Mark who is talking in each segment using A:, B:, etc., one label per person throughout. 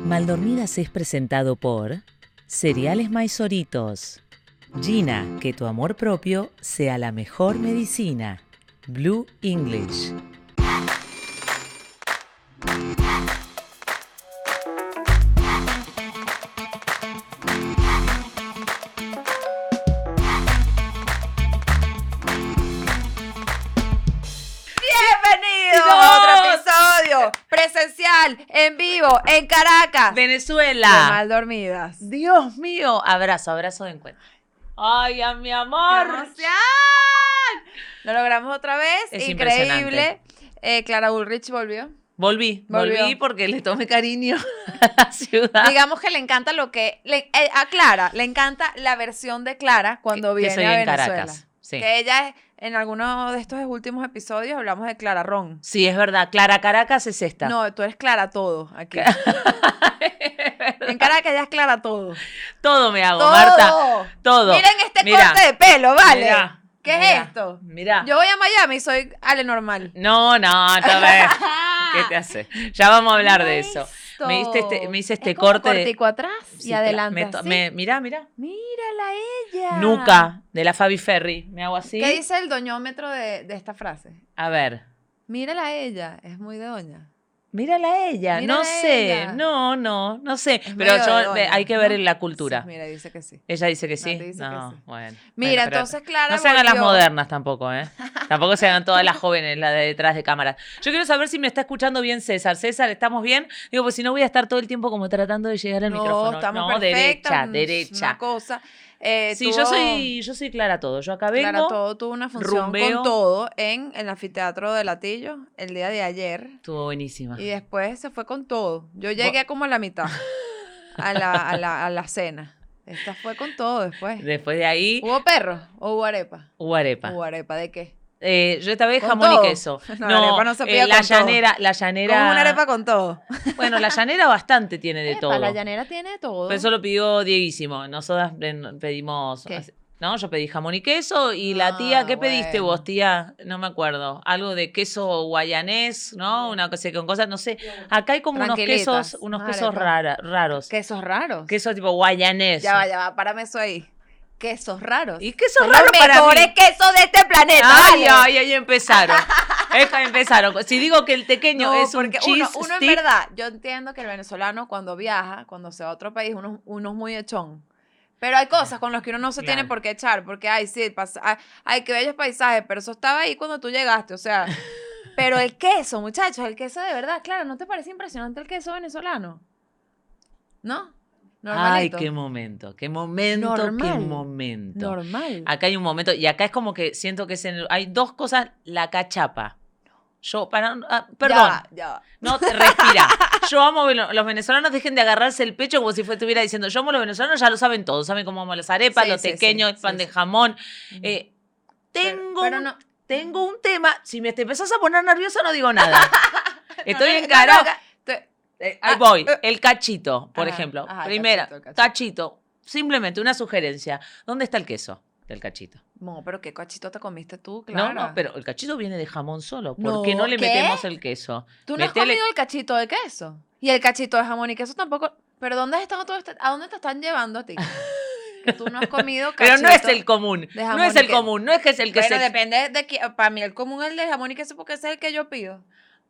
A: Maldormidas es presentado por Cereales Maisoritos, Gina, que tu amor propio sea la mejor medicina, Blue English.
B: Bienvenidos
A: ¡No!
B: a otro episodio presencial, en vivo, en Caracas. De
A: Venezuela.
B: mal dormidas.
A: Dios mío. Abrazo, abrazo de encuentro. Ay, a mi
B: ¡Qué
A: amor.
B: emoción! Lo logramos otra vez.
A: Es
B: Increíble. Eh, Clara Bullrich volvió.
A: Volví,
B: Volvió.
A: volví porque le tomé cariño a la ciudad.
B: Digamos que le encanta lo que. le- eh, a Clara, le encanta la versión de Clara cuando
A: Que- que
B: viene
A: soy en
B: a Venezuela.
A: Caracas. Sí.
B: Que ella es- En alguno de estos últimos episodios hablamos de Clara Ron.
A: Sí, es verdad. Clara Caracas es esta.
B: No, tú eres Clara todo aquí. en Caracas ella es Clara todo.
A: Todo me hago,
B: Todo.
A: Marta. Todo.
B: Miren este
A: Mira,
B: corte de pelo, vale.
A: mira,
B: ¿Qué
A: mira,
B: es esto?
A: Mira.
B: Yo voy a Miami y soy Ale normal.
A: No, no, esta vez. ¿Qué te hace? Ya vamos a hablar de eso.
B: Esto.
A: Me diste este- me hice
B: Es
A: este
B: como
A: corte de-
B: cortico atrás
A: Sí,
B: y
A: cla-
B: adelante.
A: me to-
B: así.
A: me- mirá, mirá.
B: Mírala ella.
A: Nuca, de la Fabi Ferry. Me hago así.
B: ¿Qué dice el doñómetro de, de esta frase?
A: A ver.
B: Mírala ella, es muy de doña.
A: Mírala a ella, no
B: Mírala a
A: sé,
B: ella.
A: no, no, no sé,
B: Es
A: pero
B: medio de
A: yo,
B: doña,
A: hay que ver
B: ¿no?
A: en la cultura.
B: Sí, mira, dice que sí.
A: Ella dice que
B: No,
A: sí.
B: te dice que
A: No,
B: sí.
A: bueno.
B: Mira,
A: Bueno, pero-
B: entonces Clara
A: No se hagan las
B: volvió.
A: modernas tampoco, ¿eh? Tampoco se hagan todas las jóvenes, las de detrás de cámara. Yo quiero saber si me está escuchando bien César. César, ¿estamos bien? Digo, pues si no voy a estar todo el tiempo como tratando de llegar al micrófono.
B: No, estamos
A: no,
B: perfectas,
A: derecha,
B: mm,
A: derecha.
B: Una cosa. Eh,
A: Sí,
B: tuvo-
A: yo soy, yo soy Clara Todo. Yo acá vengo.
B: Clara Todo tuvo una función
A: rumbeo.
B: con todo en el anfiteatro de Latillo el día de ayer.
A: Estuvo buenísima.
B: Y después se fue con todo. Yo llegué como a la mitad, a la, a la, a la cena. Esta fue con todo después.
A: Después de ahí,
B: ¿Hubo perro o hubo arepa?
A: hubo arepa.
B: ¿Hubo arepa de qué?
A: Eh, yo esta vez
B: ¿Con
A: jamón
B: todo?
A: y queso. eh,
B: No, arepa no se pide
A: la
B: con todo.
A: llanera, la llanera.
B: Como una arepa con todo.
A: Bueno, la llanera bastante tiene de
B: Epa,
A: todo. Pues
B: La llanera tiene de todo.
A: Pero eso lo pidió Dieguísimo. Nosotras pen- pedimos.
B: ¿Qué?
A: as- No, yo pedí jamón y queso. Y la
B: Ah,
A: tía, ¿qué pediste
B: bueno.
A: vos, tía? No me acuerdo. Algo de queso guayanés, ¿no? Una cosa con cosas, no sé. Acá hay como unos
B: Tranquilitas,
A: quesos, unos
B: unas
A: quesos
B: arepas.
A: rara- raros.
B: Quesos raros.
A: Queso tipo guayanés.
B: Ya va, ya va, párame eso ahí. Quesos raros.
A: Y quesos
B: Son
A: raros
B: los
A: para
B: mejores
A: mí.
B: quesos de este planeta.
A: Ay,
B: vale.
A: ay, ay, empezaron. Es que empezaron. Si digo que el pequeño
B: No,
A: es un
B: porque uno,
A: cheese
B: uno en
A: stick,
B: verdad, yo entiendo que el venezolano cuando viaja, cuando se va a otro país, uno, uno es muy echón. Pero hay cosas con las que uno no se tiene
A: Claro.
B: por qué echar, porque, ay, sí, pas- ay, ay, qué bellos paisajes, pero eso estaba ahí cuando tú llegaste, o sea. Pero el queso, muchachos, el queso de verdad, claro, ¿no te parece impresionante el queso venezolano? ¿No?
A: Ay,
B: Normalito.
A: qué momento, qué momento, qué
B: Normal.
A: momento.
B: Normal.
A: Acá hay un momento, y acá es como que siento que es en el- hay dos cosas, la cachapa. Yo, para, ah, perdón,
B: Ya, ya.
A: no te respira. Yo amo, velo- los venezolanos dejen de agarrarse el pecho como si fue- estuviera diciendo, yo amo a los venezolanos, ya lo saben todos, saben cómo amo las arepas,
B: Sí,
A: los
B: sí, sí,
A: pequeños, el
B: sí,
A: pan de
B: sí.
A: jamón.
B: Ujú.
A: Eh,
B: Pero-
A: tengo,
B: pero
A: un-
B: no-
A: tengo un tema, si me te empezás a poner nerviosa no digo nada. Estoy
B: no,
A: en
B: no,
A: Caracas.
B: no, no,
A: Eh, Ahí
B: Ah,
A: voy.
B: eh.
A: El cachito, por
B: Ajá,
A: ejemplo.
B: ajá,
A: Primera,
B: cachito,
A: cachito,
B: cachito.
A: Simplemente una sugerencia. ¿Dónde está el queso del cachito?
B: No, pero qué cachito te comiste tú,
A: No,
B: claro.
A: no, pero el cachito viene de jamón solo. ¿Por
B: No,
A: qué no le
B: ¿qué?
A: metemos el queso?
B: Tú no has
A: Metele-
B: comido el cachito de queso. Y el cachito de jamón y queso tampoco. Pero ¿dónde has estado todo este- ¿A dónde te están llevando a ti? Que tú no has comido
A: Pero
B: cachito.
A: no es el común.
B: de
A: No
B: jamón
A: es el
B: y que-
A: común. No es que es el que
B: Bueno,
A: se.
B: depende de quién. Para mí el común es el de jamón y queso porque ese es el que yo pido.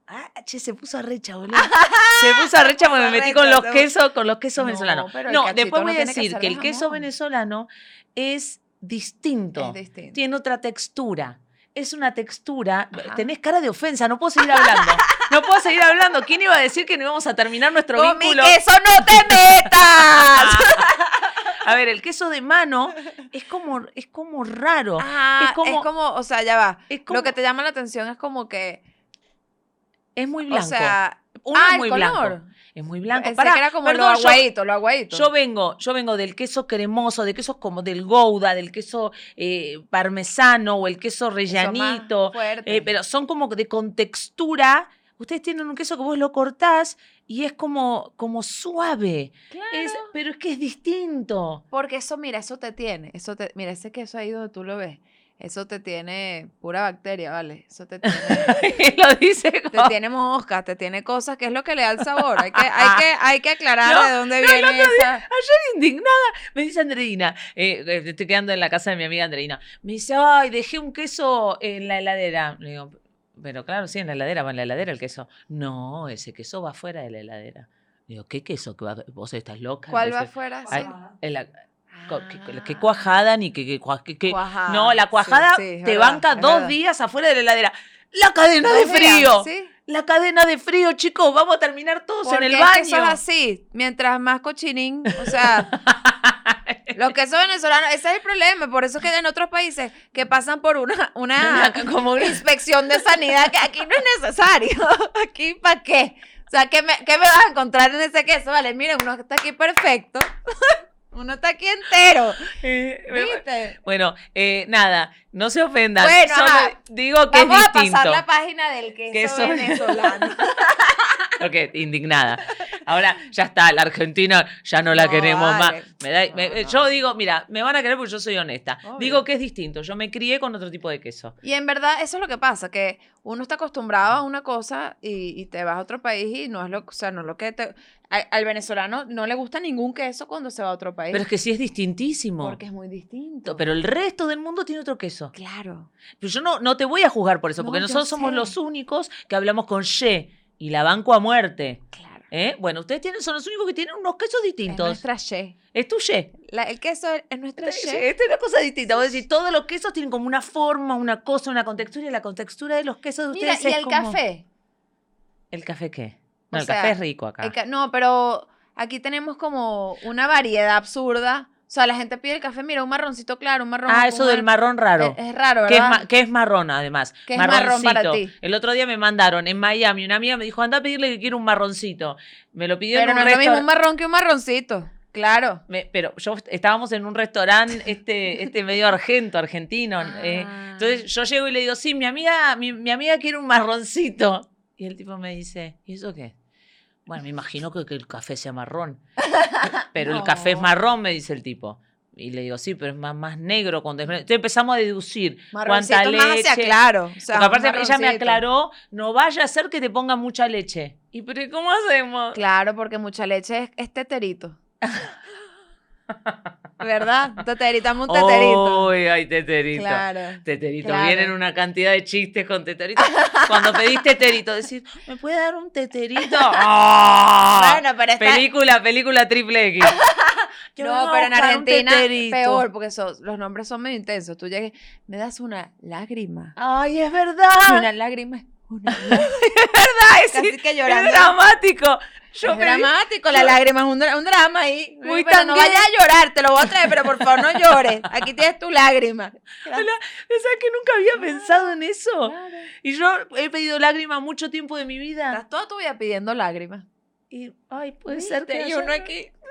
A: Ah, che, se puso arrecha, boludo. se puso arrecha porque me
B: puso
A: metí con
B: arrecha,
A: los
B: se-
A: quesos, con los quesos
B: No,
A: venezolanos.
B: pero el
A: No,
B: cachito
A: después
B: no
A: voy a
B: tiene que
A: decir
B: ser
A: que
B: de
A: el queso
B: jamón.
A: venezolano es distinto.
B: Es distinto.
A: tiene otra textura. Es una textura.
B: Ajá.
A: Tenés cara de ofensa, no puedo seguir hablando. No puedo seguir hablando. ¿Quién iba a decir que no íbamos a terminar nuestro
B: ¡Con mi
A: vínculo?
B: queso no te metas!
A: A ver, el queso de mano es como, es como raro.
B: Ajá,
A: Ah, Es
B: es,
A: como-
B: como, o sea, ya va.
A: Es, como-
B: Ah, Lo que te llama la atención es como que,
A: es muy blanco.
B: o sea,
A: Uno
B: ah,
A: es
B: el
A: muy
B: color.
A: blanco. Es muy blanco.
B: Pensé
A: Pará,
B: que era como
A: perdón,
B: lo
A: yo-
B: aguadito, lo aguadito.
A: Yo vengo, yo vengo del queso cremoso, de quesos como del gouda, del queso eh, parmesano o el queso
B: Eso más
A: rellanito.
B: fuerte.
A: Eh, pero son como de con textura. Ustedes tienen un queso que vos lo cortás y es como, como suave.
B: Claro.
A: Es- pero es que es distinto.
B: Porque eso, mira, eso te tiene. Eso te, mira, ese queso ahí donde tú lo ves. Eso te tiene pura bacteria, ¿vale? Eso te tiene,
A: Y lo dice
B: te
A: como-
B: tiene moscas, te tiene cosas que es lo que le da el sabor. Hay que, hay que, hay que aclarar
A: No,
B: de dónde
A: no, el
B: viene
A: otro
B: esa...
A: indignada. Me dice Andreina, eh, eh, estoy quedando en la casa de mi amiga Andreina. Me dice, ay, dejé un queso en la heladera. Le digo, pero claro, sí, en la heladera, va en la heladera el queso. No, ese queso va fuera de la heladera. Le digo, ¿qué queso? que va? ¿Vos estás loca?
B: ¿Cuál va
A: Dice,
B: afuera?
A: ay,
B: Sí.
A: en la- co- que- que- que
B: Ah,
A: cuajada ni que... que cua- que- que-
B: cuajada,
A: no, la
B: Ah, sí,
A: cuajada
B: sí, es
A: te
B: verdad,
A: banca
B: es
A: dos
B: verdad.
A: días afuera de la heladera. La cadena de
B: Dos días,
A: frío.
B: ¿sí?
A: La cadena de frío, chicos. Vamos a terminar todos
B: Porque
A: en el
B: es
A: baño.
B: que eso es así. Mientras más cochinín, o sea, los quesos venezolanos, ese es el problema. Por eso es que en otros países que pasan por una, una
A: como una-
B: inspección de sanidad, que aquí no es necesario. Aquí, ¿para qué? O sea, ¿qué me, qué me vas a encontrar en ese queso? Vale, miren, uno está aquí perfecto. Uno está aquí entero.
A: Eh, me-
B: ¿Viste?
A: Bueno, eh, nada, no se ofendan.
B: Bueno,
A: solo
B: ajá.
A: digo que
B: Vamos
A: es
B: a
A: distinto.
B: pasar la página del queso,
A: Queso.
B: venezolano.
A: Porque indignada. Ahora ya está, la Argentina ya no la
B: No,
A: queremos
B: vale.
A: más. Me da-
B: No,
A: me-
B: no.
A: Yo digo, mira, me van a querer porque yo soy honesta.
B: Obvio.
A: Digo que es distinto. Yo me crié con otro tipo de queso.
B: Y en verdad, eso es lo que pasa, que uno está acostumbrado a una cosa y, y te vas a otro país y no es lo, o sea, no es lo que te- al, al venezolano no le gusta ningún queso cuando se va a otro país.
A: Pero es que sí es distintísimo.
B: porque es muy distinto.
A: Pero el resto del mundo tiene otro queso.
B: claro.
A: Pero Pues yo no, no te voy a juzgar por eso,
B: No,
A: porque
B: yo
A: nosotros somos
B: sé.
A: los únicos que hablamos con Y y la banco a muerte.
B: Claro.
A: ¿Eh? Bueno, ustedes tienen, son los únicos que tienen unos quesos
B: es
A: distintos.
B: nuestra ye.
A: Es tu Y.
B: La- el queso es, es nuestra
A: Sí,
B: ye.
A: Esta es una cosa distinta. Vos decís, todos los quesos tienen como una forma, una cosa, una contextura, y la contextura de los quesos de
B: Mira,
A: ustedes
B: y
A: es
B: el
A: como-
B: café.
A: ¿El café qué? No,
B: O
A: el
B: sea,
A: café es rico acá.
B: El ca- no, pero aquí tenemos como una variedad absurda. O sea, la gente pide el café, mira, un marroncito claro, un marrón.
A: ah,
B: un
A: eso del
B: mar-
A: marrón raro.
B: Es, es raro,
A: que, es
B: Eh, ¿verdad?
A: ma- que es marrón, además.
B: Que es marrón para
A: Marroncito.
B: ti.
A: El otro día me mandaron en Miami. Una amiga me dijo, anda a pedirle que quiero un marroncito. Me lo pidió
B: pero
A: en
B: no
A: un
B: es lo mismo un
A: restaurante.
B: marrón que un marroncito. Claro.
A: Pero yo estábamos en un restaurante, este, este medio argento, argentino. eh,
B: Ah.
A: Entonces yo llego y le digo, sí, mi amiga, mi, mi amiga quiere un marroncito. Y el tipo me dice, ¿y eso qué? Bueno, me imagino que, que el café sea marrón. Pero el café es
B: No.
A: marrón, me dice el tipo. Y le digo, sí, pero es más, más negro. Cuando es negro". Entonces empezamos a deducir
B: Marroncito
A: cuánta
B: más hacia
A: leche.
B: claro. O sea,
A: Porque aparte
B: un
A: ella me
B: marroncito.
A: aclaró, no vaya a ser que te ponga mucha leche. ¿Y pero cómo hacemos?
B: Claro, porque mucha leche es, es teterito. ¿Verdad? Un teterito, dame un
A: Oh,
B: teterito.
A: Uy, ay, teterito.
B: claro.
A: Teterito,
B: Claro.
A: vienen una cantidad de chistes con teterito. Cuando pedís teterito, decís, ¿me puede dar un teterito? ¡Ah!
B: Bueno, pero está...
A: película, película triple X. Yo
B: no,
A: voy a
B: pero en
A: buscar un
B: Argentina
A: teterito.
B: peor, porque so- los nombres son medio intensos. Tú llegas, me das una lágrima.
A: Ay, es
B: Y
A: verdad.
B: una lágrima es una
A: Ay, sí,
B: Casi que
A: Ah. es
B: llorando.
A: dramático. Yo
B: es
A: pedí-
B: dramático, la
A: yo-
B: lágrima es un, dra- un drama ahí.
A: Muy
B: pero no
A: tanguero.
B: vayas a llorar, te lo voy a traer, pero por favor no llores. Aquí tienes tu lágrima.
A: ¿Sabes que nunca había
B: Ah.
A: pensado en eso?
B: Claro.
A: Y yo he pedido lágrimas mucho tiempo de mi vida.
B: Estás toda tu vida pidiendo lágrimas.
A: Y, ay, puede ser
B: ¿Viste?
A: que.
B: Y
A: haya-
B: uno aquí,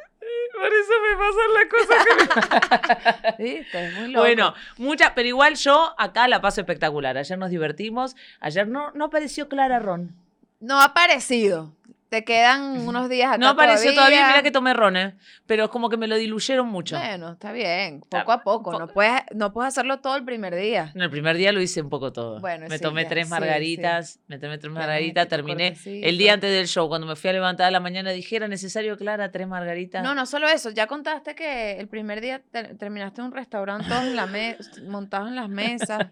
A: Por eso me pasan las cosas que me
B: ¿viste? Es muy loco.
A: Bueno, muchas, pero igual yo acá la paso espectacular. Ayer nos divertimos, ayer no, no apareció Clara Ron.
B: No ha aparecido. Te quedan unos días acá
A: No apareció todavía, mira que tomé Ron, eh, pero es como que me lo diluyeron mucho.
B: Bueno, está bien.
A: Está-
B: Poco a poco.
A: po-
B: No puedes, no puedes hacerlo todo el primer día.
A: En el primer día lo hice un poco todo.
B: Bueno,
A: me
B: sí,
A: tomé
B: ya,
A: tres
B: sí,
A: margaritas, me tomé tres margaritas,
B: metiste tu
A: terminé.
B: este cortecito.
A: El día antes del show, cuando me fui a levantar a la mañana, dije, ¿era necesario, Clara, tres margaritas?
B: No, no solo eso. Ya contaste que el primer día te- terminaste en un restaurante todos en la me- montados en las mesas.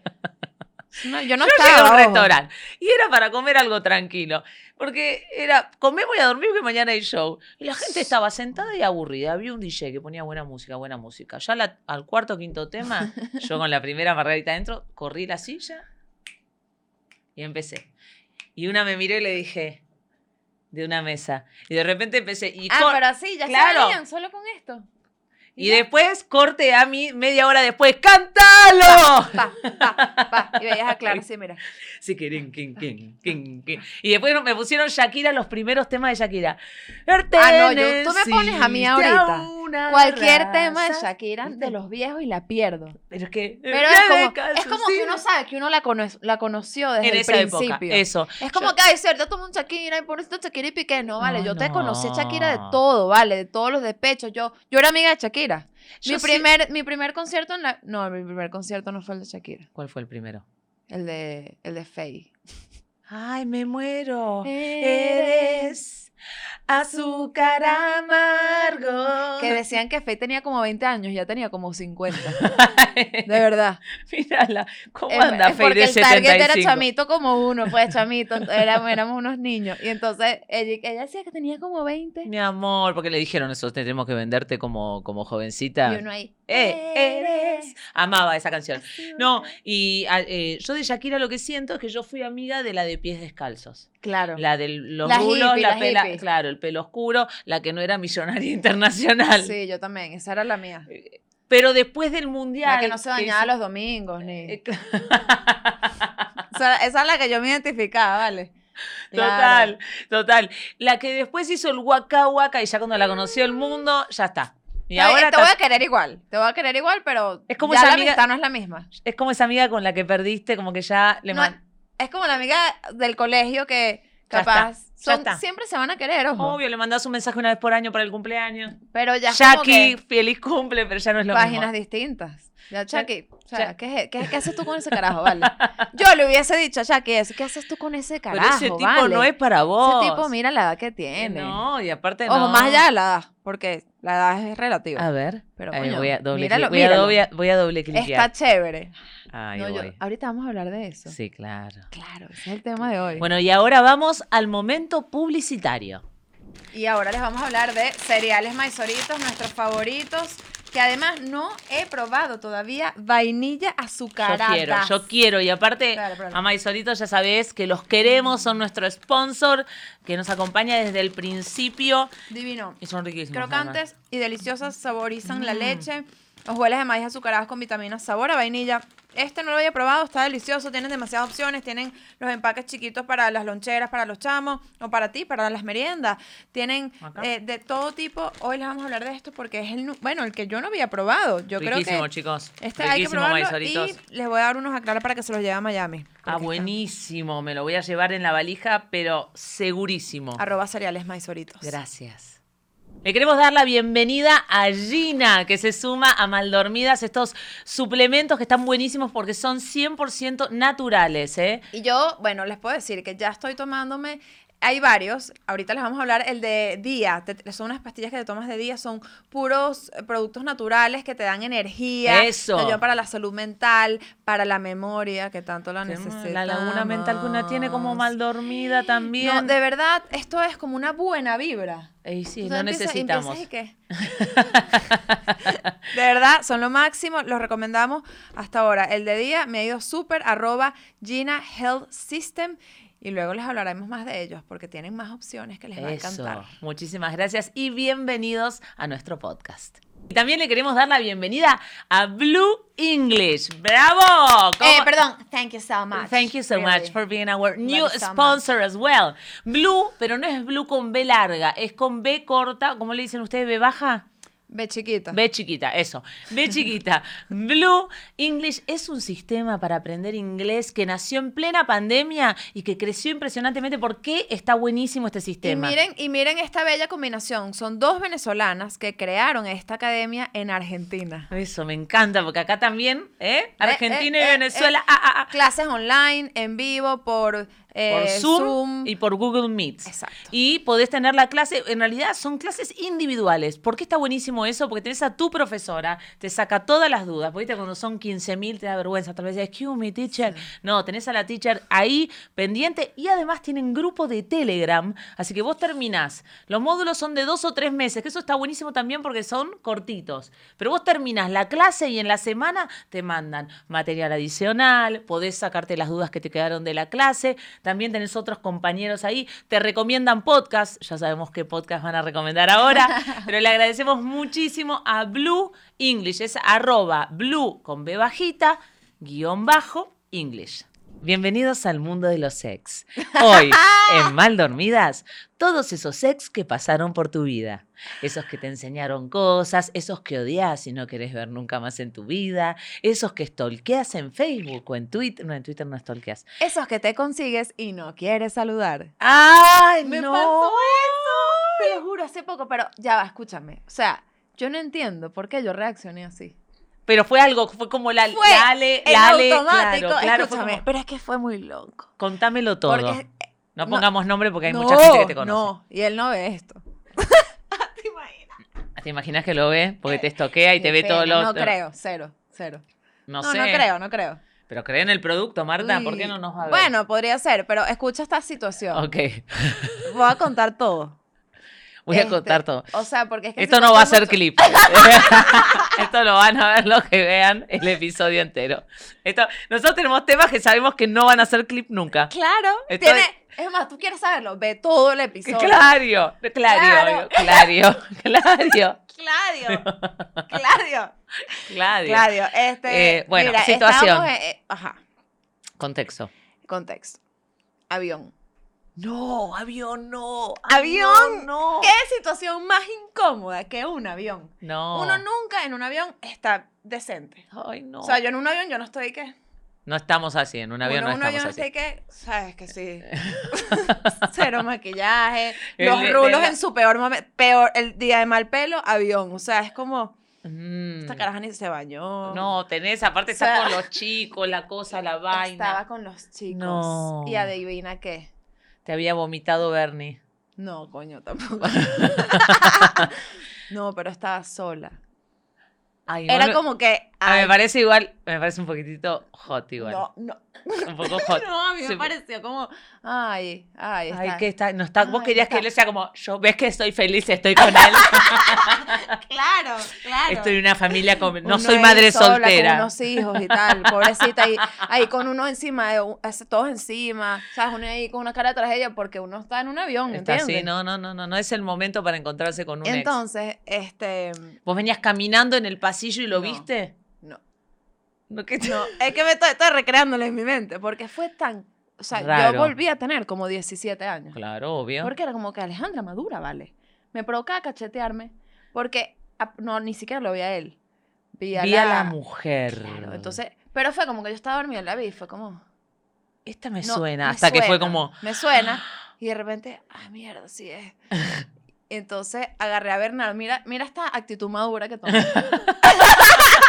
B: No, yo no
A: Yo llegué
B: estaba.
A: a un
B: ojo.
A: restaurante y era para comer algo tranquilo. Porque era, comemos y a dormir que mañana hay show. Y la gente estaba sentada y aburrida. Había un DJ que ponía buena música, buena música. Ya la- al cuarto o quinto tema, yo con la primera margarita adentro, corrí la silla y empecé. Y una me miró y le dije, de una mesa. Y de repente empecé. Y,
B: Ah,
A: cor-
B: pero sí, ya
A: Claro.
B: se veían solo con esto.
A: y después corte a mí media hora después, ¡cántalo!
B: Pa, pa, pa. Y veías a Clara así, mira.
A: Sí, quirin, quin, quin, quin, quin. Y después me pusieron Shakira, los primeros temas de Shakira.
B: Ah, no, yo- tú me pones a mí
A: Perteneciste
B: ahorita.
A: una una
B: Cualquier tema de
A: raza.
B: Shakira de los viejos y la pierdo.
A: Pero es que.
B: Pero
A: Bebe
B: es como, es como que
A: calzoncillo.
B: uno sabe que uno la, cono- la conoció desde
A: En
B: el
A: esa
B: principio.
A: época. Eso.
B: Es como
A: Yo-
B: que, ay, cierto, tomo un Shakira y por esto Shakira y Piqué. No, vale,
A: No,
B: yo te conocí
A: no.
B: Shakira de todo, vale, de todos los despechos. Yo, yo era amiga de Shakira.
A: yo
B: mi,
A: sí-
B: primer, mi primer concierto en la... No, mi primer concierto no fue el de Shakira,
A: ¿Cuál fue el primero?
B: el de, el de Faye.
A: Ay, me
B: Oh.
A: muero. Eres azúcar amargo.
B: Que decían que Faye tenía como 20 años, ya tenía como 50. De verdad.
A: Mírala, ¿cómo
B: Es-
A: anda
B: es
A: Fey
B: porque
A: de
B: el target era
A: 75?
B: chamito como uno, pues chamito, éramos, éramos unos niños. Y entonces ella, ella decía que tenía como 20.
A: Mi amor, porque le dijeron eso, te tenemos que venderte como, como jovencita.
B: Y uno ahí.
A: Eh, eres. Amaba esa canción.
B: azúcar.
A: No, y a- eh, yo de Shakira lo que siento es que yo fui amiga de la de pies descalzos.
B: Claro.
A: La de los
B: La
A: rulos,
B: hippie,
A: la,
B: la
A: pela,
B: hippie.
A: claro, el pelo oscuro, la que no era millonaria internacional.
B: Sí, yo también. Esa era la mía.
A: Pero después del mundial.
B: La que no se bañaba
A: hizo-
B: los domingos, ni.
A: Eh, cl-
B: O sea, esa es la que yo me identificaba, ¿vale?
A: Total,
B: Claro.
A: total. La que después hizo el Waka Waka y ya cuando la conoció el mundo, ya está. Y
B: Está bien,
A: ahora
B: eh, te
A: ta-
B: voy a querer igual. Te voy a querer igual, pero.
A: Es como
B: ya
A: esa
B: la
A: amiga-
B: amistad no es la misma.
A: es como esa amiga con la que perdiste, como que ya le
B: No,
A: man-
B: es como la amiga del colegio que
A: Ya
B: capaz.
A: ya
B: son-
A: está.
B: Siempre se van a querer, ojo.
A: Obvio, le mandás un mensaje una vez por año para el cumpleaños.
B: Pero ya. es como
A: Jackie, feliz cumple, pero ya no es
B: que
A: lo mismo.
B: Páginas distintas. Ya, Chucky, o sea,
A: ya-
B: ¿qué, es- qué, qué haces tú con ese carajo, vale? Yo le hubiese dicho a Chucky eso, ¿qué haces tú con ese
A: Pero
B: carajo,
A: ese tipo
B: vale?
A: no es para vos.
B: Ese tipo, mira la edad que
A: Eh,
B: tiene.
A: No, y aparte
B: Ojo,
A: no. Ah,
B: más allá de la edad, porque la edad es relativa.
A: A ver,
B: Pero,
A: a ver,
B: coño,
A: voy a doble,
B: míralo,
A: cli- voy a
B: míralo.
A: doble- voy a doble cliquear.
B: Está chévere.
A: Ahí
B: No, yo-
A: voy.
B: ahorita vamos a hablar de eso.
A: Sí, claro.
B: Claro, ese es el tema de hoy.
A: Bueno, y ahora vamos al momento publicitario.
B: Y ahora les vamos a hablar de cereales maizoritos, nuestros favoritos, que además no he probado todavía vainilla azucarada.
A: Yo quiero, yo quiero. Y aparte,
B: Claro, claro.
A: Ama y Solito, ya sabés que los queremos, son nuestro sponsor, que nos acompaña desde el principio.
B: Divino.
A: Y son riquísimos. además.
B: Crocantes y deliciosas, saborizan la
A: Mm.
B: leche. Hojuelas de maíz azucaradas con vitaminas, sabor a vainilla. Este no lo había probado, está delicioso. Tienen demasiadas opciones. Tienen los empaques chiquitos para las loncheras, para los chamos o para ti, para las meriendas. Tienen
A: Acá.
B: eh, de todo tipo. Hoy les vamos a hablar de esto porque es el, nu- bueno, el que yo no había probado. Yo creo
A: Riquísimo,
B: que
A: chicos.
B: este hay que
A: riquísimo,
B: probarlo
A: maizoritos.
B: y les voy a dar unos a Clara para que se los lleve a Miami.
A: Ah,
B: porque
A: buenísimo. Me lo voy a llevar en la valija, pero segurísimo.
B: está. Arroba cereales maizoritos.
A: Gracias. Le queremos dar la bienvenida a Gina, que se suma a Maldormidas, estos suplementos que están buenísimos porque son 100% naturales, ¿eh?
B: Y yo, bueno, les puedo decir que ya estoy tomándome. Hay varios, ahorita les vamos a hablar, el de día, te- son unas pastillas que te tomas de día, son puros eh, productos naturales que te dan energía,
A: Eso.
B: te ayudan para la salud mental, para la memoria, que tanto la necesitamos.
A: eh, La laguna mental que una tiene como mal dormida también.
B: No, de verdad, esto es como una buena vibra.
A: Ey, sí,
B: Entonces
A: no
B: empiezas-
A: necesitamos.
B: empiezas y qué. de verdad, son lo máximo, los recomendamos hasta ahora. El de día me ha ido súper, arroba Gina Health System. Y luego les hablaremos más de ellos porque tienen más opciones que les va a
A: Eso.
B: encantar.
A: Muchísimas gracias y bienvenidos a nuestro podcast. Y también le queremos dar la bienvenida a Blue English. ¡Bravo! ¿Cómo-
B: Eh, perdón, thank you so much.
A: Thank you so much
B: really.
A: for being our new
B: you so much.
A: sponsor as well. Blue, pero no es blue con B larga, es con B corta, ¿cómo le dicen ustedes? ¿B baja?
B: Ve chiquita.
A: B chiquita, eso. B chiquita. Blue English es un sistema para aprender inglés que nació en plena pandemia y que creció impresionantemente. ¿Por qué está buenísimo este
B: Y
A: sistema?
B: miren, y miren esta bella combinación. Son dos venezolanas que crearon esta academia en Argentina.
A: Eso, me encanta, porque acá también, ¿eh? Argentina
B: eh,
A: y
B: eh,
A: Venezuela.
B: eh.
A: ah, ah, ah.
B: Clases online, en vivo, por,
A: Por
B: eh,
A: Zoom, y por Google Meets.
B: Exacto.
A: Y podés tener la clase, en realidad son clases individuales. ¿Por qué está buenísimo eso? Porque tenés a tu profesora, te saca todas las dudas. Porque cuando son 15.000 te da vergüenza, tal vez dices, excuse me, teacher. No, tenés a la teacher ahí pendiente y además tienen grupo de Telegram. Así que vos terminás. Los módulos son de dos o tres meses, que eso está buenísimo también porque son cortitos. Pero vos terminás la clase y en la semana te mandan material adicional, podés sacarte las dudas que te quedaron de la clase. También tenés otros compañeros ahí, te recomiendan podcasts. Ya sabemos qué podcast van a recomendar ahora, pero le agradecemos muchísimo a Blue English. Es arroba blue con B bajita, guión bajo, English. Bienvenidos al mundo de los sex. Hoy, en Mal Dormidas, todos esos sex que pasaron por tu vida. Esos que te enseñaron cosas, esos que odias y no querés ver nunca más en tu vida, esos que stalkeas en Facebook o en Twitter. No, en Twitter no stalkeas.
B: Esos que te consigues y no quieres saludar.
A: ¡Ay,
B: Me
A: no!
B: pasó eso. Te lo juro, hace poco, pero ya va, escúchame. O sea, yo no entiendo por qué yo reaccioné así.
A: Pero fue algo, fue como la,
B: Fue
A: la Ale,
B: En
A: la Ale,
B: automático,
A: Eh, claro, claro, fue
B: escúchame.
A: como,
B: Pero es que fue muy loco.
A: contámelo todo.
B: Porque
A: no
B: no.
A: pongamos nombre porque hay
B: no,
A: mucha gente que te conoce.
B: No, y él no ve esto. ¿Te imaginas?
A: Ah, ¿Te imaginas que lo ve? Porque te estoquea y te
B: Qué
A: ve todo
B: pena,
A: lo
B: No creo, cero, cero.
A: No
B: No,
A: sé.
B: no, creo, no creo.
A: Pero cree en el producto, Marta. ¿Por qué
B: Uy,
A: no nos va a ver?
B: Bueno, podría ser, pero escucha esta situación.
A: Ok.
B: Voy a contar todo.
A: Voy a
B: Este,
A: contar todo.
B: O sea, porque es que
A: Esto
B: si
A: no
B: cuento
A: va a ser
B: mucho-
A: clip. Esto lo van a ver los que vean el episodio entero. Esto, nosotros tenemos temas que sabemos que no van a ser clip nunca.
B: Claro.
A: Estoy-
B: Tiene, es más, tú quieres saberlo, ve todo el episodio.
A: Clario, Clario,
B: Claro.
A: Clario, Clario,
B: Claudio. Claudio.
A: Clario.
B: Claudio. Este,
A: Eh, bueno,
B: mira,
A: situación.
B: estábamos en- eh, ajá,
A: Contexto.
B: contexto. Avión.
A: No, avión no.
B: Avión,
A: no.
B: ¿Qué situación más incómoda que un avión?
A: No.
B: Uno nunca en un avión está decente.
A: Ay, no.
B: O sea, yo en un avión yo no estoy que.
A: no estamos así, en un avión
B: uno,
A: no estamos
B: en un avión no
A: así.
B: sé qué, sabes que sí. Cero maquillaje,
A: El
B: los
A: de- de
B: rulos
A: la-
B: en su peor momento, peor el día de mal pelo, avión, o sea, es como
A: Mm.
B: esta caraja ni se bañó.
A: No, tenés, aparte
B: O sea,
A: estás con los chicos, la cosa, la vaina.
B: Estaba con los chicos.
A: No.
B: Y adivina qué.
A: Te había vomitado Bernie.
B: No, coño, tampoco. no, pero estaba sola.
A: Ay,
B: Era
A: bueno,
B: como que
A: ah,
B: ay,
A: me parece igual, me parece un poquitito hot igual.
B: No, no.
A: Un poco hot.
B: No, a mí me
A: Sí.
B: pareció como ay, ay, está.
A: Ay, que está, no está, vos
B: Ay,
A: querías
B: está.
A: que él sea como, yo ves que estoy feliz, estoy con él,
B: Claro, claro.
A: estoy en una familia con, no
B: Uno
A: soy
B: ahí
A: madre
B: sola,
A: soltera.
B: Con unos hijos y tal, pobrecita, ahí, ahí con uno encima, de un- hace todos encima, ¿sabes? Uno ahí con una cara de tragedia porque uno está en un avión,
A: Está
B: ¿entiendes?
A: así, no, no, no, no, no es el momento para encontrarse con un
B: Entonces, este,
A: ex. ¿Vos venías caminando en el pasillo y lo
B: No.
A: viste?
B: no,
A: No, ¿qué te-
B: no, es que me estoy, estoy recreándolo en mi mente, porque fue tan, o sea,
A: Raro.
B: yo volví a tener como 17 años,
A: Claro, obvio.
B: porque era como que Alejandra Madura, ¿vale? Me provocaba cachetearme, porque a- no, ni siquiera lo vi a él, vi a
A: Vi
B: la,
A: a la mujer.
B: Claro, entonces, pero fue como que yo estaba dormida, la vi, y fue como...
A: Esta me
B: No,
A: suena,
B: me
A: hasta que fue
B: suena,
A: como,
B: Me suena. Y de repente, ah, mierda, sí es. Entonces agarré a Bernardo. Mira, mira esta actitud madura que toma.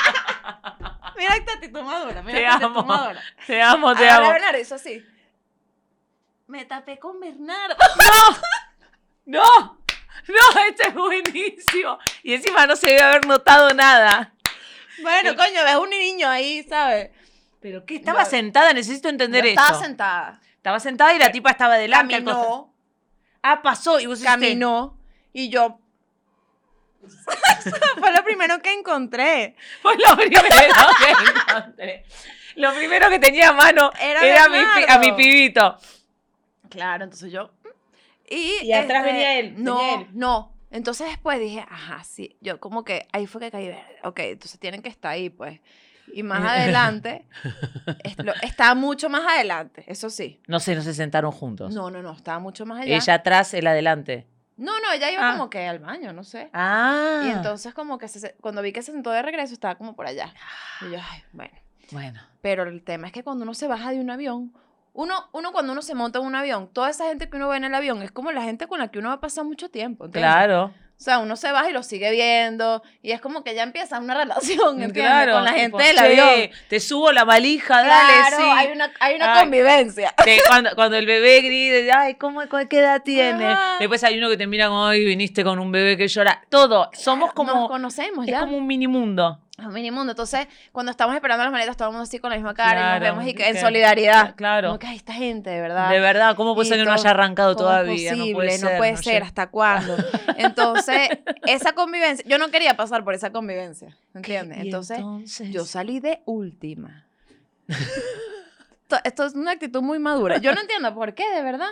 B: mira esta actitud madura. Mira
A: Te
B: esta
A: amo,
B: actitud madura.
A: te amo, te
B: Agarré a
A: amo.
B: Bernardo y hizo así. Me tapé con Bernardo.
A: ¡No! ¡No! Este es buenísimo. Y encima no se debe haber notado nada. Eh,
B: Bueno, coño, ves un niño ahí, ¿sabes?
A: ¿Pero qué? Estaba
B: No.
A: sentada, necesito
B: Yo
A: entender
B: estaba
A: esto.
B: sentada.
A: estaba sentada y la tipa estaba delante. al costado.
B: Caminó,
A: Ah, pasó. Y vos hiciste-
B: caminó. Y yo. Fue lo primero que encontré.
A: Fue lo primero que encontré. Lo primero que tenía a mano
B: Era
A: era, a, mi, pi-
B: Bernardo.
A: a mi pibito.
B: Claro, entonces yo. mm. Y, este,
A: Y atrás venía él, venía
B: No,
A: él.
B: no. Entonces después dije, ajá, sí. Yo como que ahí fue que caí. verde. Ok, entonces tienen que estar ahí, pues. Y más adelante, es- lo- estaba mucho más adelante, eso sí.
A: No sé, no se sentaron juntos.
B: No, no, no, estaba mucho más allá.
A: Ella atrás, él adelante.
B: No, no, ella iba
A: Ah.
B: como que al baño, no sé.
A: Ah.
B: Y entonces como que se- se- cuando vi que se sentó de regreso, estaba como por allá. Y yo, ay, bueno.
A: Bueno.
B: Pero el tema es que cuando uno se baja de un avión, uno, uno cuando uno se monta en un avión, toda esa gente que uno ve en el avión es como la gente con la que uno va a pasar mucho tiempo. ¿entiendes?
A: Claro.
B: O sea, uno se baja y lo sigue viendo y es como que ya empieza una relación ¿entiendes?
A: Mm, Claro.
B: con la gente
A: tipo,
B: del
A: "Che,
B: avión.
A: Te subo la valija, dale,
B: Claro,
A: sí.
B: hay una, hay una
A: Ay.
B: convivencia.
A: Que cuando, cuando el bebé grita, ay, ¿cómo, cu- ¿qué edad tiene?
B: Ajá.
A: Después hay uno que te mira como, ay, viniste con un bebé que llora. Todo. Somos
B: Nos
A: como,
B: conocemos
A: es
B: ya.
A: como un mini mundo.
B: Es un mini mundo. Entonces, cuando estamos esperando las maletas, todo el mundo así con la misma cara y
A: Claro,
B: nos vemos y que, en
A: que-
B: solidaridad.
A: Claro.
B: Como que "Ay, esta gente, de verdad.
A: De verdad, ¿cómo puede
B: Y
A: ser que no
B: todo-
A: haya arrancado
B: ¿Cómo es
A: todavía? no puede
B: posible?
A: ser.
B: puede
A: no
B: ser,
A: llega.
B: ¿hasta cuándo? Entonces, esa convivencia, yo no quería pasar por esa convivencia, ¿entiendes?
A: Y
B: Entonces, yo salí de última. esto, esto es una actitud muy madura. Yo no entiendo por qué, de verdad.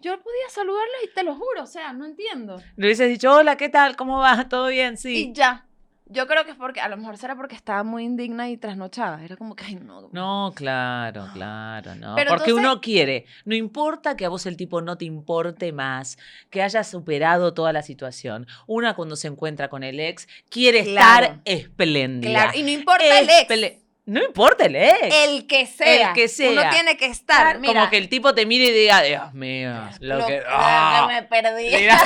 B: Yo podía saludarlos y te lo juro, o sea, no entiendo.
A: le hubieses dicho, hola, ¿qué tal? ¿Cómo vas? ¿Todo bien?
B: Y
A: Sí.
B: ya. Yo creo que es porque, a lo mejor será porque estaba muy indigna y trasnochada. Era como que, ay, no.
A: No, claro, claro, no.
B: Pero
A: Porque
B: entonces-
A: uno quiere, no importa que a vos el tipo no te importe más, que hayas superado toda la situación. Una cuando se encuentra con el ex quiere
B: Claro.
A: estar espléndida.
B: Claro, y no importa el ex,
A: Esple- No importa el ex.
B: el que sea.
A: El que
B: Uno
A: sea.
B: tiene que estar, mira.
A: Como que el tipo te mire y diga, Dios mío, lo, que...
B: lo
A: ¡Ah!
B: me perdí.
A: Mira.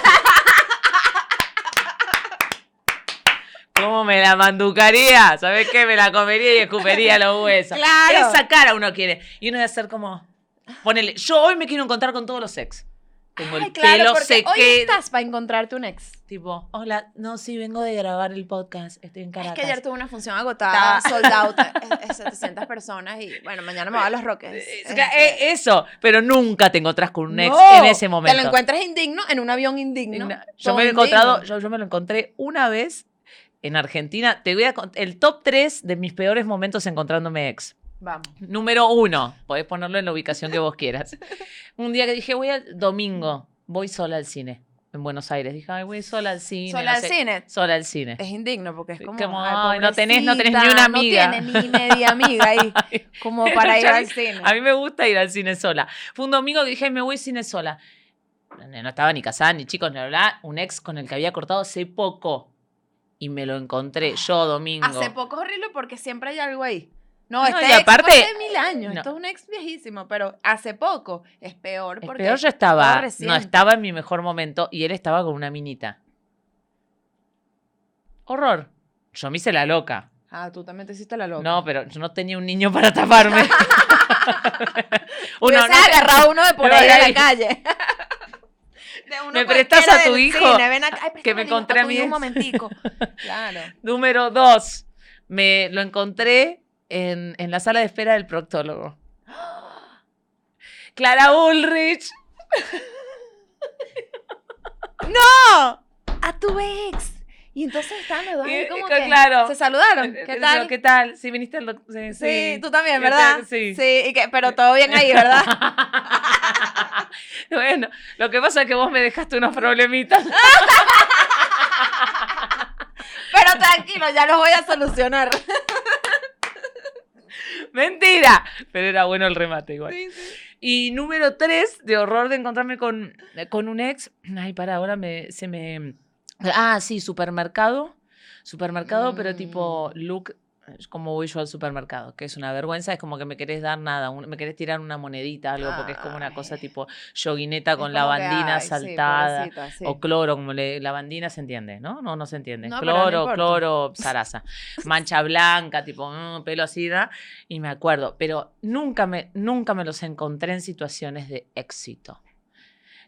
A: ¿Cómo me la manducaría? ¿Sabes qué? Me la comería y escupería los huesos.
B: Claro.
A: Esa cara uno quiere. Y uno debe hacer como. Ponele. Yo hoy me quiero encontrar con todos los ex. Tengo
B: Ay,
A: el
B: claro,
A: pelo
B: porque
A: seque.
B: hoy estás para encontrarte un ex.
A: Tipo, hola, no, sí, vengo de grabar el podcast. Estoy en Caracas.
B: Es que ayer tuve una función agotada, sold out, eh, eh, 700 personas y bueno, mañana me voy a los Roques.
A: Eh,
B: Este,
A: eh, Eso, pero nunca te encontrás con un ex
B: no,
A: en ese momento.
B: Te lo encuentras indigno en un avión indigno.
A: Igna- Yo
B: todo
A: me, lo he
B: indigno.
A: encontrado, yo, yo me lo encontré una vez en Argentina. Te voy a cont- el top 3 de mis peores momentos encontrándome ex.
B: Vamos.
A: Número 1, podés ponerlo en la ubicación que vos quieras. Un día que dije, voy al domingo, voy sola al cine en Buenos Aires. Dije, ay, voy sola al cine.
B: Sola
A: no
B: al
A: sé-
B: cine.
A: Sola al cine.
B: Es indigno porque es como.
A: Como,
B: ay,
A: ay, no tenés- no tenés ni
B: pobrecita,
A: una amiga.
B: No tiene ni media amiga ahí. Como para ir
A: Ya
B: al
A: vi-
B: cine.
A: A mí me gusta ir al cine sola. Fue un domingo que dije, me voy al cine sola. No no estaba ni casada, ni chicos, ni hablar. Un ex con el que había cortado hace poco. Y me lo encontré yo domingo.
B: Hace poco es horrible porque siempre hay algo ahí. No,
A: No,
B: este
A: y
B: ex fue
A: aparte-
B: hace mil años.
A: No.
B: Esto es un ex viejísimo, pero hace poco es peor
A: El
B: porque.
A: peor yo estaba, no
B: reciente.
A: estaba en mi mejor momento y él estaba con una minita. Horror. Yo me hice la loca.
B: Ah, tú también te hiciste la loca.
A: No, pero yo no tenía un niño para taparme.
B: Uno
A: Uno, no te-
B: agarrado uno de por
A: Pero
B: ahí de la
A: ahí-
B: calle. De uno
A: ¿Me prestas a
B: cualquiera
A: tu
B: del
A: hijo?
B: cine, ven acá. Ay,
A: Que me
B: préstamelo,
A: encontré
B: a
A: a
B: tu
A: mi
B: hijo un
A: ex.
B: momentico. Claro.
A: Número dos. Me lo encontré en, en la sala de espera del proctólogo. Clara Ulrich.
B: ¡No! A tu ex. Y entonces estaban los dos
A: Y-
B: ahí
A: y
B: como
A: que-
B: que
A: claro.
B: se saludaron. ¿Qué
A: Eso,
B: tal?
A: Eh, ¿Qué tal? Sí, viniste al doc- Sí,
B: Sí,
A: sí.
B: tú también,
A: ¿Qué
B: ¿verdad?
A: tal? Sí.
B: y que, pero todo bien ahí, ¿verdad?
A: bueno, lo que pasa es que vos me dejaste unos problemitas.
B: Pero tranquilo, ya los voy a solucionar.
A: Mentira. Pero era bueno el remate igual. Y número tres, de horror de encontrarme con, con un ex. Ay, para, ahora me, se me... Ah, sí, supermercado. Supermercado,
B: Mm.
A: pero tipo look, como voy yo al supermercado, que es una vergüenza, es como que me querés dar nada, un- me querés tirar una monedita, algo, porque es como una cosa
B: Ay.
A: tipo yoguineta con
B: Es como que,
A: lavandina
B: ay, sí,
A: saltada.
B: pobrecita, sí.
A: O cloro, como le, lavandina se entiende, ¿no? No, no se entiende.
B: No, pero no
A: cloro,
B: importa.
A: cloro, zaraza. Mancha blanca, tipo, mm, pelo así, ¿no? Y me acuerdo, pero nunca me, nunca me los encontré en situaciones de éxito.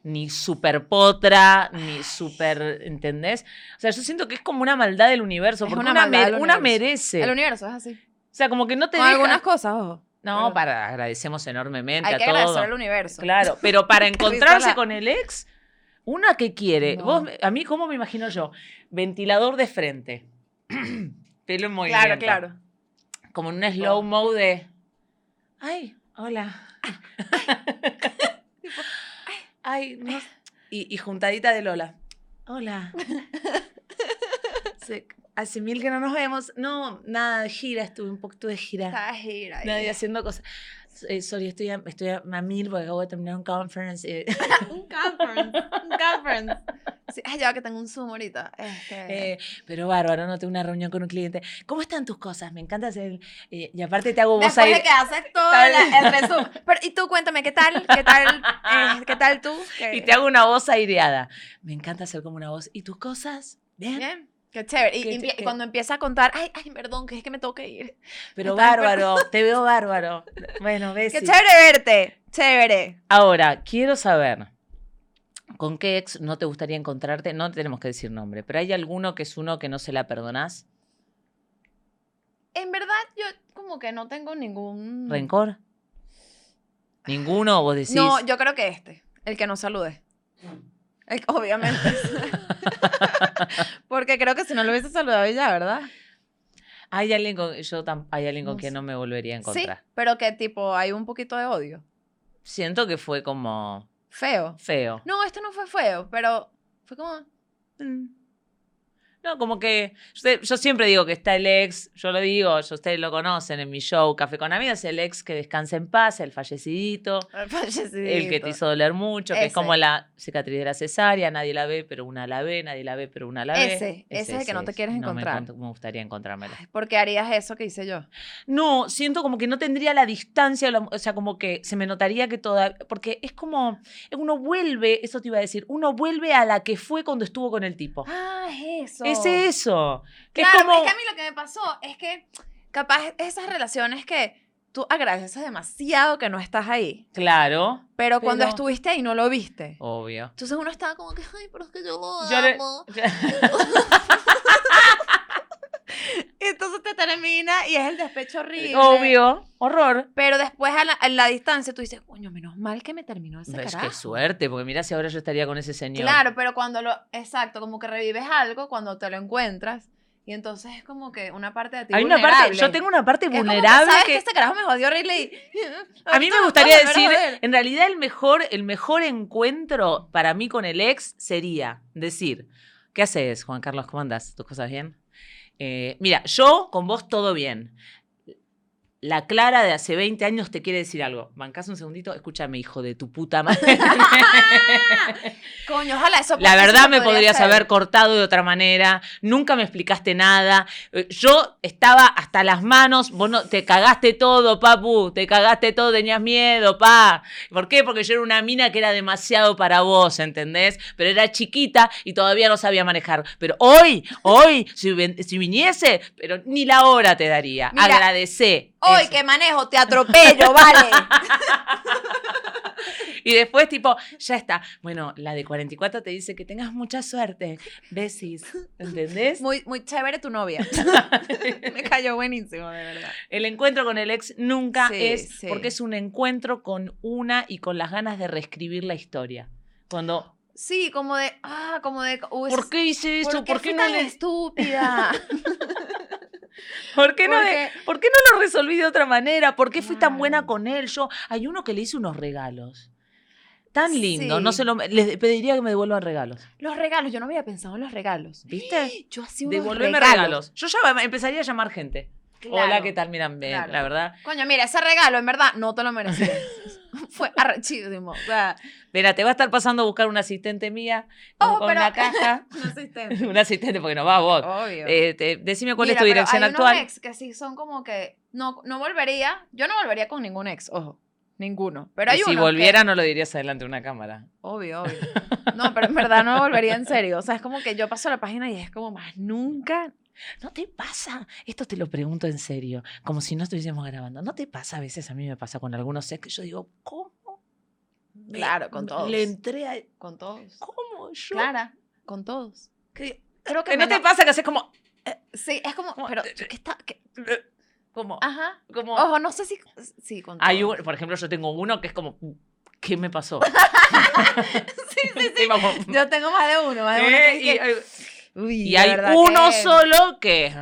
A: Ni super potra, ni super, ¿entendés? O sea, yo siento que es como una maldad del universo,
B: Es
A: porque
B: una
A: una,
B: maldad
A: me-
B: del
A: una
B: universo.
A: merece.
B: El universo es así.
A: O sea, como que no te
B: Con
A: deja-
B: algunas cosas, ojo.
A: No,
B: pero-
A: para, agradecemos enormemente
B: Hay
A: a
B: que
A: todos.
B: agradecer al universo.
A: Claro, pero para
B: la-
A: encontrarse con el ex, una que quiere.
B: No.
A: Vos, me- a mí, ¿cómo me imagino yo? Ventilador de frente. Pelo en movimiento.
B: Claro, claro.
A: Como en un slow mo de. Ay, hola. Ay, no- Y, y juntadita de Lola. Hola. Se- hace mil que no nos vemos. No, nada, de gira, estuve un poquito de gira.
B: Estaba gira ahí.
A: Nadie haciendo cosas. Eh, sorry, estoy a, estoy a, a mil porque acabo de terminar un conference. eh.
B: Un conference. Un conference. Sí, ay, ya que tengo un Zoom ahorita. Este,
A: Eh, pero bárbaro, no tengo una reunión con un cliente. ¿Cómo están tus cosas? Me encanta hacer. eh, y aparte te hago voz
B: Después de
A: ahí.
B: que haces todo la- el resumen. Pero, y tú, cuéntame, ¿qué tal? ¿Qué tal? eh, ¿Qué tal tú? ¿Qué-
A: Y te hago una voz aireada. Me encanta hacer como una voz. ¿Y tus cosas? Bien.
B: Bien. Qué chévere. Y,
A: Qué
B: y empie-
A: ch-
B: cuando empieza a contar, ay, ay, perdón, que es que me tengo que ir.
A: Pero
B: Estás
A: bárbaro, te veo bárbaro. Bueno,
B: Qué
A: besis.
B: chévere verte. Chévere.
A: Ahora, quiero saber. ¿Con qué ex no te gustaría encontrarte? No tenemos que decir nombre, pero ¿hay alguno que es uno que no se la perdonás?
B: En verdad, yo como que no tengo ningún.
A: ¿Rencor? ¿Ninguno? ¿Vos decís?
B: No, yo creo que este, el que no salude. El- obviamente. Porque creo que si no lo hubiese saludado ya, ¿verdad?
A: Hay alguien con, yo tam- hay alguien con
B: No
A: quien
B: sé.
A: no me volvería a
B: Sí,
A: encontrar.
B: pero que tipo hay un poquito de odio.
A: Siento que fue como
B: Feo.
A: feo.
B: No, esto no fue feo, pero fue como.
A: Mm. No, como que yo, yo siempre digo que está el ex, yo lo digo, yo, ustedes lo conocen en mi show Café con Amigas, el ex que descansa en paz, el fallecidito, el que te hizo doler mucho, que es
B: Ese.
A: como la cicatriz de la cesárea, nadie la ve, pero una la ve, nadie la ve, pero una la ve.
B: Ese, ese es el que no te quieres
A: me
B: encontrar.
A: encont- me gustaría encontrármelo.
B: Porque harías eso que hice yo.
A: No, siento como que no tendría la distancia, la- o sea, como que se me notaría que todavía, porque es como, eh, uno vuelve, eso te iba a decir, uno vuelve a la que fue cuando estuvo con el tipo.
B: Ah, es eso.
A: Es eso. Que
B: Claro,
A: es como,
B: es que a mí lo que me pasó es que capaz esas relaciones que tú agradeces demasiado que no estás ahí,
A: Claro,
B: pero, cuando
A: Pero-
B: estuviste ahí no lo viste.
A: obvio.
B: Entonces uno estaba como que, ay, pero es que yo lo
A: Yo le-
B: amo. Y entonces te termina y es el despecho horrible.
A: obvio, horror.
B: Pero después a la, a la distancia tú dices, coño, menos mal que me terminó ese
A: Es
B: carajo.
A: que suerte, porque mira si ahora yo estaría con ese señor.
B: Claro, pero cuando lo, exacto, como que revives algo cuando te lo encuentras y entonces es como que una parte de ti
A: Hay una parte,
B: vulnerable.
A: yo tengo una parte
B: Que es como que
A: vulnerable
B: sabes que,
A: que
B: este carajo me jodió horrible y
A: A mí me
B: Ahorita
A: gustaría
B: vamos a
A: decir,
B: volver a joder.
A: en realidad el mejor, el mejor encuentro para mí con el ex sería decir, ¿qué haces, Juan Carlos? ¿Cómo andas? ¿Tus cosas bien? Eh, mira, yo con vos todo bien. La Clara de hace 20 años te quiere decir algo. Bancás un segundito, escúchame, hijo de tu puta madre.
B: Coño, ojalá eso
A: La
B: pase,
A: verdad
B: se
A: me podrías
B: hacer.
A: haber cortado de otra manera, nunca me explicaste nada, eh, yo estaba hasta las manos, vos no, te cagaste todo, papu, te cagaste todo, tenías miedo, pa. ¿Por qué? Porque yo era una mina que era demasiado para vos, ¿entendés? Pero era chiquita y todavía no sabía manejar. Pero hoy, hoy, si, ven- si viniese, pero ni la hora te daría.
B: Mira,
A: Agradecé.
B: Hoy
A: eso.
B: que manejo, te atropello, vale.
A: Y después, tipo, ya está. Bueno, la de 44 te dice que tengas mucha suerte. Besis. ¿Entendés?
B: Muy, muy chévere tu novia. me cayó buenísimo, de verdad.
A: El encuentro con el ex nunca
B: Sí,
A: es
B: sí.
A: porque es un encuentro con una y con las ganas de reescribir la historia. Cuando,
B: Sí, como de, ah, como de, uy,
A: ¿por qué hice esto? ¿Por qué,
B: fui
A: no
B: tan
A: le-
B: estúpida?
A: ¿Por qué no le-
B: Porque-
A: por qué no lo resolví de otra manera? ¿Por qué fui tan buena
B: Claro.
A: con él? Yo, hay uno que le hice unos regalos. Tan lindo, no
B: Sí.
A: se lo les pediría que me devuelvan regalos.
B: Los regalos, yo no había pensado en los regalos.
A: ¿Viste?
B: Yo hacía unos
A: Devolverme regalos. Yo ya empezaría a llamar gente. Hola,
B: Claro.
A: ¿qué tal? Miran bien,
B: Claro.
A: la verdad.
B: Coño, mira, ese regalo en verdad no te lo merecías. Fue arrechísimo. O sea,
A: Mira, te va a estar pasando a buscar una asistente mía con,
B: Ojo,
A: con
B: Oh, pero-
A: la caja.
B: no asistente.
A: un asistente porque no va vos.
B: Obvio.
A: Eh, te- decime cuál
B: Mira,
A: es tu
B: pero
A: dirección
B: hay
A: actual.
B: Unos ex que sí son como que no, no volvería. Yo no volvería con ningún ex, ojo. Ninguno. Pero hay
A: Y si
B: unos que-
A: volviera, no lo dirías adelante de una cámara.
B: Obvio, obvio. No, pero en verdad no volvería en serio. O sea, es como que yo paso la página y es como más nunca.
A: ¿No te pasa? Esto te lo pregunto en serio, como si no estuviésemos grabando. ¿No te pasa a veces? A mí me pasa con algunos ex que yo digo, ¿cómo? me-
B: Claro, con todos.
A: Le entré a.
B: Con todos.
A: ¿Cómo? Yo.
B: Clara, con todos.
A: Que,
B: Creo que,
A: que no
B: menos-
A: te pasa que haces como.
B: Sí, es como,
A: Como-
B: pero ¿qué está? qué?
A: Como.
B: Ajá.
A: como
B: Ojo, no sé si. Sí, con
A: hay
B: todos.
A: un, por ejemplo, yo tengo uno que es como, "Mm, ¿qué me pasó?
B: Sí, sí, sí.
A: Tipo, como,
B: Yo tengo más de uno, más de uno.
A: eh,
B: que-
A: y,
B: que-
A: eh,
B: Uy,
A: y
B: de
A: hay
B: verdad
A: uno
B: que-
A: solo que.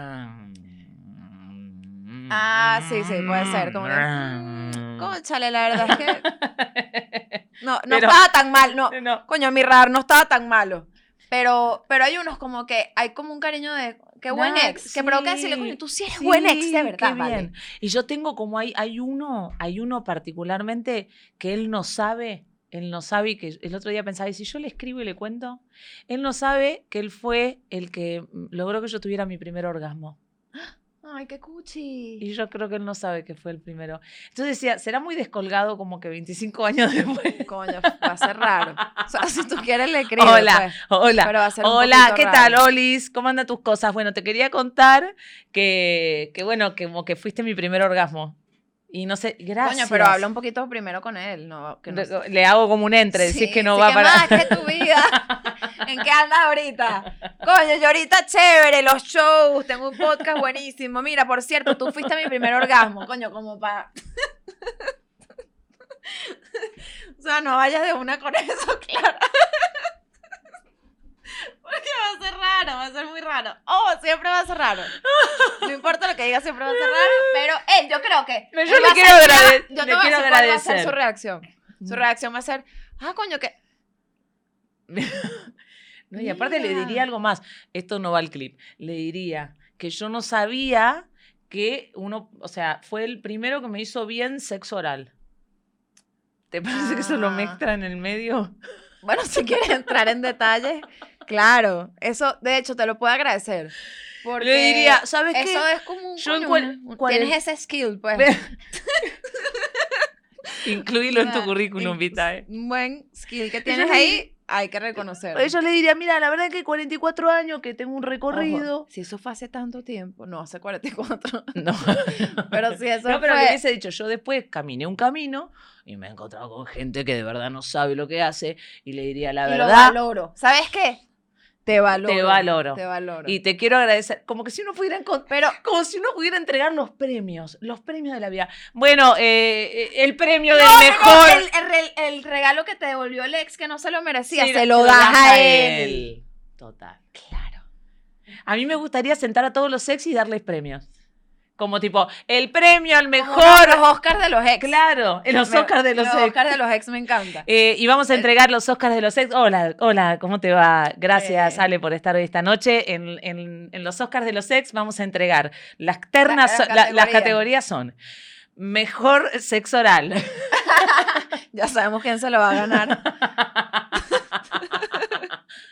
B: Ah, sí, sí, puede ser. Como que, Cónchale, la verdad es que. No, no
A: Pero- eh,
B: estaba tan mal. No,
A: No.
B: coño, mi radar no estaba tan malo. Pero, pero hay unos como que hay como un cariño de. Qué buen
A: Ah,
B: ex. Que provoca decirle,
A: sí,
B: coño, tú sí eres buen ex,
A: Sí,
B: de verdad,
A: qué
B: vale.
A: bien. Y yo tengo como hay, hay uno, hay uno particularmente que él no sabe, él no sabe y que el otro día pensaba, y si yo le escribo y le cuento, él no sabe que él fue el que logró que yo tuviera mi primer orgasmo.
B: Ay, qué cuchi.
A: Y yo creo que él no sabe que fue el primero. Entonces decía, será muy descolgado como que 25 años después.
B: Coño, va a ser raro. O sea, si tú quieres le escribo.
A: Hola,
B: pues,
A: Hola.
B: pero va a ser un
A: Hola,
B: poquito
A: ¿qué
B: raro.
A: tal, Olis? ¿Cómo andan tus cosas? Bueno, te quería contar que, que bueno, que como que fuiste mi primer orgasmo. Y no sé, gracias.
B: Coño, pero habla un poquito primero con él. No, que no
A: Le- Le hago como un entre,
B: Sí,
A: decís que no
B: sí,
A: va
B: ¿qué
A: para.
B: más? ¿Qué tu vida? ¿En qué andas ahorita? Coño, yo ahorita chévere, los shows, tengo un podcast buenísimo. Mira, por cierto, tú fuiste mi primer orgasmo, coño, como para... O sea, no vayas de una con eso, claro. Porque va a ser raro, va a ser muy raro. Oh, siempre va a ser raro. No importa lo que diga, siempre va a ser raro. Pero él, yo creo que.
A: Pero
B: él
A: yo le
B: va a
A: quiero
B: ser-
A: agrade-
B: Yo te
A: le
B: voy a
A: quiero
B: decir cuál va a ser
A: agradecer.
B: su reacción. Su reacción va a ser, ah, coño, que
A: No, y aparte le
B: Mira.
A: diría algo más. Esto no va al clip. Le diría que yo no sabía que uno, o sea, fue el primero que me hizo bien sexo oral. ¿Te parece que eso lo
B: Ah.
A: mezcla en el medio?
B: Bueno, si quieres entrar en detalles, claro. Eso, de hecho, te lo puedo agradecer. Porque
A: Le diría, ¿sabes qué?
B: eso es como un.
A: Yo en
B: coño,
A: cual-
B: una-
A: cual-
B: Tienes ese skill, pues.
A: Incluílo en tu
B: Claro,
A: currículum
B: in-
A: vitae.
B: Un buen skill que tienes
A: le di-
B: ahí, hay que reconocerlo.
A: Yo le diría, mira, la verdad que 44 años, que tengo un
B: Ojo,
A: recorrido.
B: si eso fue hace tanto tiempo, no, hace 44.
A: No.
B: Pero si eso
A: No, pero
B: fue.
A: le hubiese dicho, yo después caminé un camino y me he encontrado con gente que de verdad no sabe lo que hace y le diría la
B: y lo
A: verdad
B: valoro. ¿Sabes qué? Te valoro.
A: valoro.
B: Te valoro.
A: y te quiero agradecer. Como que si uno pudiera encon-
B: Pero
A: como si uno pudiera entregar los premios, los premios de la vida. Bueno, eh, eh, el premio del
B: No, no,
A: mejor.
B: El, el- el- el regalo que te devolvió el ex que no se lo merecía,
A: Sí,
B: se lo das a él.
A: Total. Claro. A mí me gustaría sentar a todos los ex y darles premios. Como tipo, el premio al
B: Como
A: mejor.
B: los Oscars de los ex.
A: Claro, en los
B: Me-
A: Oscars de los
B: Los
A: ex.
B: Oscars de los ex me encanta.
A: Eh, y vamos a entregar los Oscars de los ex. Hola, hola, ¿cómo te va? Gracias,
B: Eh.
A: Ale, por estar hoy esta noche. En, en- en los Oscars de los ex vamos a entregar las ternas,
B: La- las
A: la- las
B: categorías.
A: categorías son mejor sexo oral.
B: Ya sabemos quién se lo va a ganar.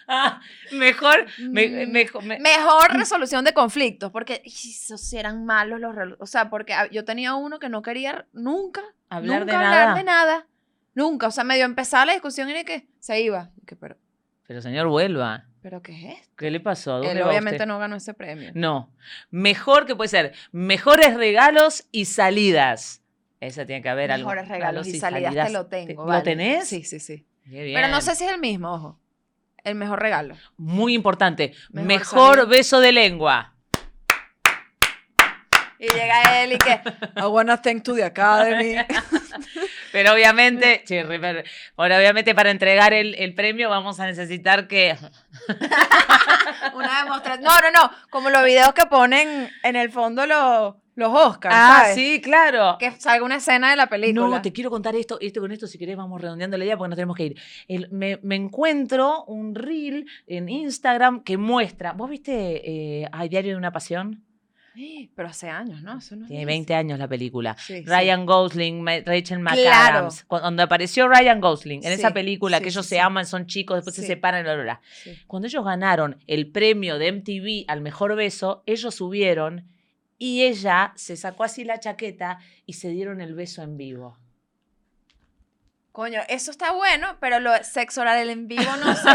A: Ah, mejor, me-
B: Mm.
A: mejor- me-
B: Mejor resolución de conflictos, porque y, eso sí eran malos los relo- O sea, porque ah, yo tenía uno que no quería nunca,
A: hablar
B: nunca
A: de
B: hablar
A: nada.
B: de nada. Nunca. O sea, medio empezaba la discusión y era que se iba. Que, pero,
A: Pero señor, vuelva.
B: ¿Pero qué es esto?
A: ¿Qué le pasó? ¿A ¿Dónde
B: Él
A: va
B: obviamente
A: usted?
B: no ganó ese premio.
A: No. Mejor que puede ser, mejores regalos y salidas. Esa tiene que haber algo.
B: Mejores regalos y salidas, te lo tengo.
A: ¿Lo
B: vale.
A: tenés?
B: Sí, sí, sí.
A: Qué
B: Pero no
A: bien.
B: sé si es el mismo, ojo. El mejor regalo.
A: Muy importante.
B: Mejor
A: Mejor,
B: salida.
A: beso de lengua.
B: Y llega él y que, I wanna thank to the academy.
A: Pero
B: Mm.
A: obviamente, che, re- pero- bueno, obviamente para entregar el, el premio vamos a necesitar que.
B: Una demostración. No, no, no. Como los videos que ponen en el fondo los, los Oscars,
A: Ah,
B: ¿sabes?
A: sí, claro.
B: Que salga una escena de la película.
A: No, te quiero contar esto, esto con esto, si querés vamos redondeando la idea porque nos tenemos que ir. El- me, me encuentro un reel en Instagram que muestra. ¿Vos viste eh, A Diario de una Pasión?
B: Ah, Pero hace años, ¿no? Eso no es
A: Tiene
B: nada.
A: 20 años la película.
B: Sí, sí.
A: Ryan Gosling, Ma- Rachel
B: Claro.
A: McAdams. Cu- Cuando apareció Ryan Gosling en
B: Sí,
A: esa película
B: sí,
A: que ellos
B: sí,
A: se
B: sí.
A: aman, son chicos, después
B: Sí.
A: se separan, bla, bla, bla.
B: Sí.
A: Cuando ellos ganaron el premio de MTV al mejor beso, ellos subieron y ella se sacó así la chaqueta y se dieron el beso en vivo.
B: Coño, eso está bueno, pero lo sexo oral en vivo no sé.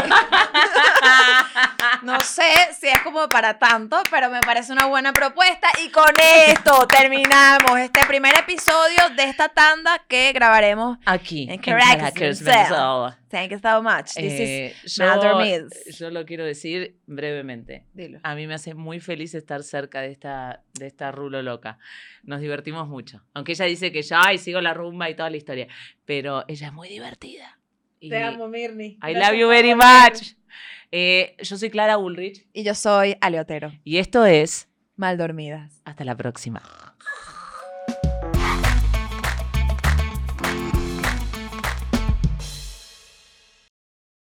B: No sé si es como para tanto, pero me parece una buena propuesta. Y con esto terminamos este primer episodio de esta tanda que grabaremos.
A: Aquí.
B: En Caracas,
A: Caracas,
B: Venezuela. Thank you so much. This
A: Eh,
B: is
A: yo-
B: Mother Mills.
A: yo lo quiero decir brevemente.
B: Dilo.
A: A mí me hace muy feliz estar cerca de esta, de esta rulo loca. Nos divertimos mucho. Aunque ella dice que ya, ay, sigo la rumba y toda la historia. Pero ella es muy divertida. Y
B: Mirni.
A: I love you very much. Eh, yo soy Clara Ulrich
B: Y yo soy Aleotero.
A: y esto es
B: Mal dormidas.
A: Hasta la próxima.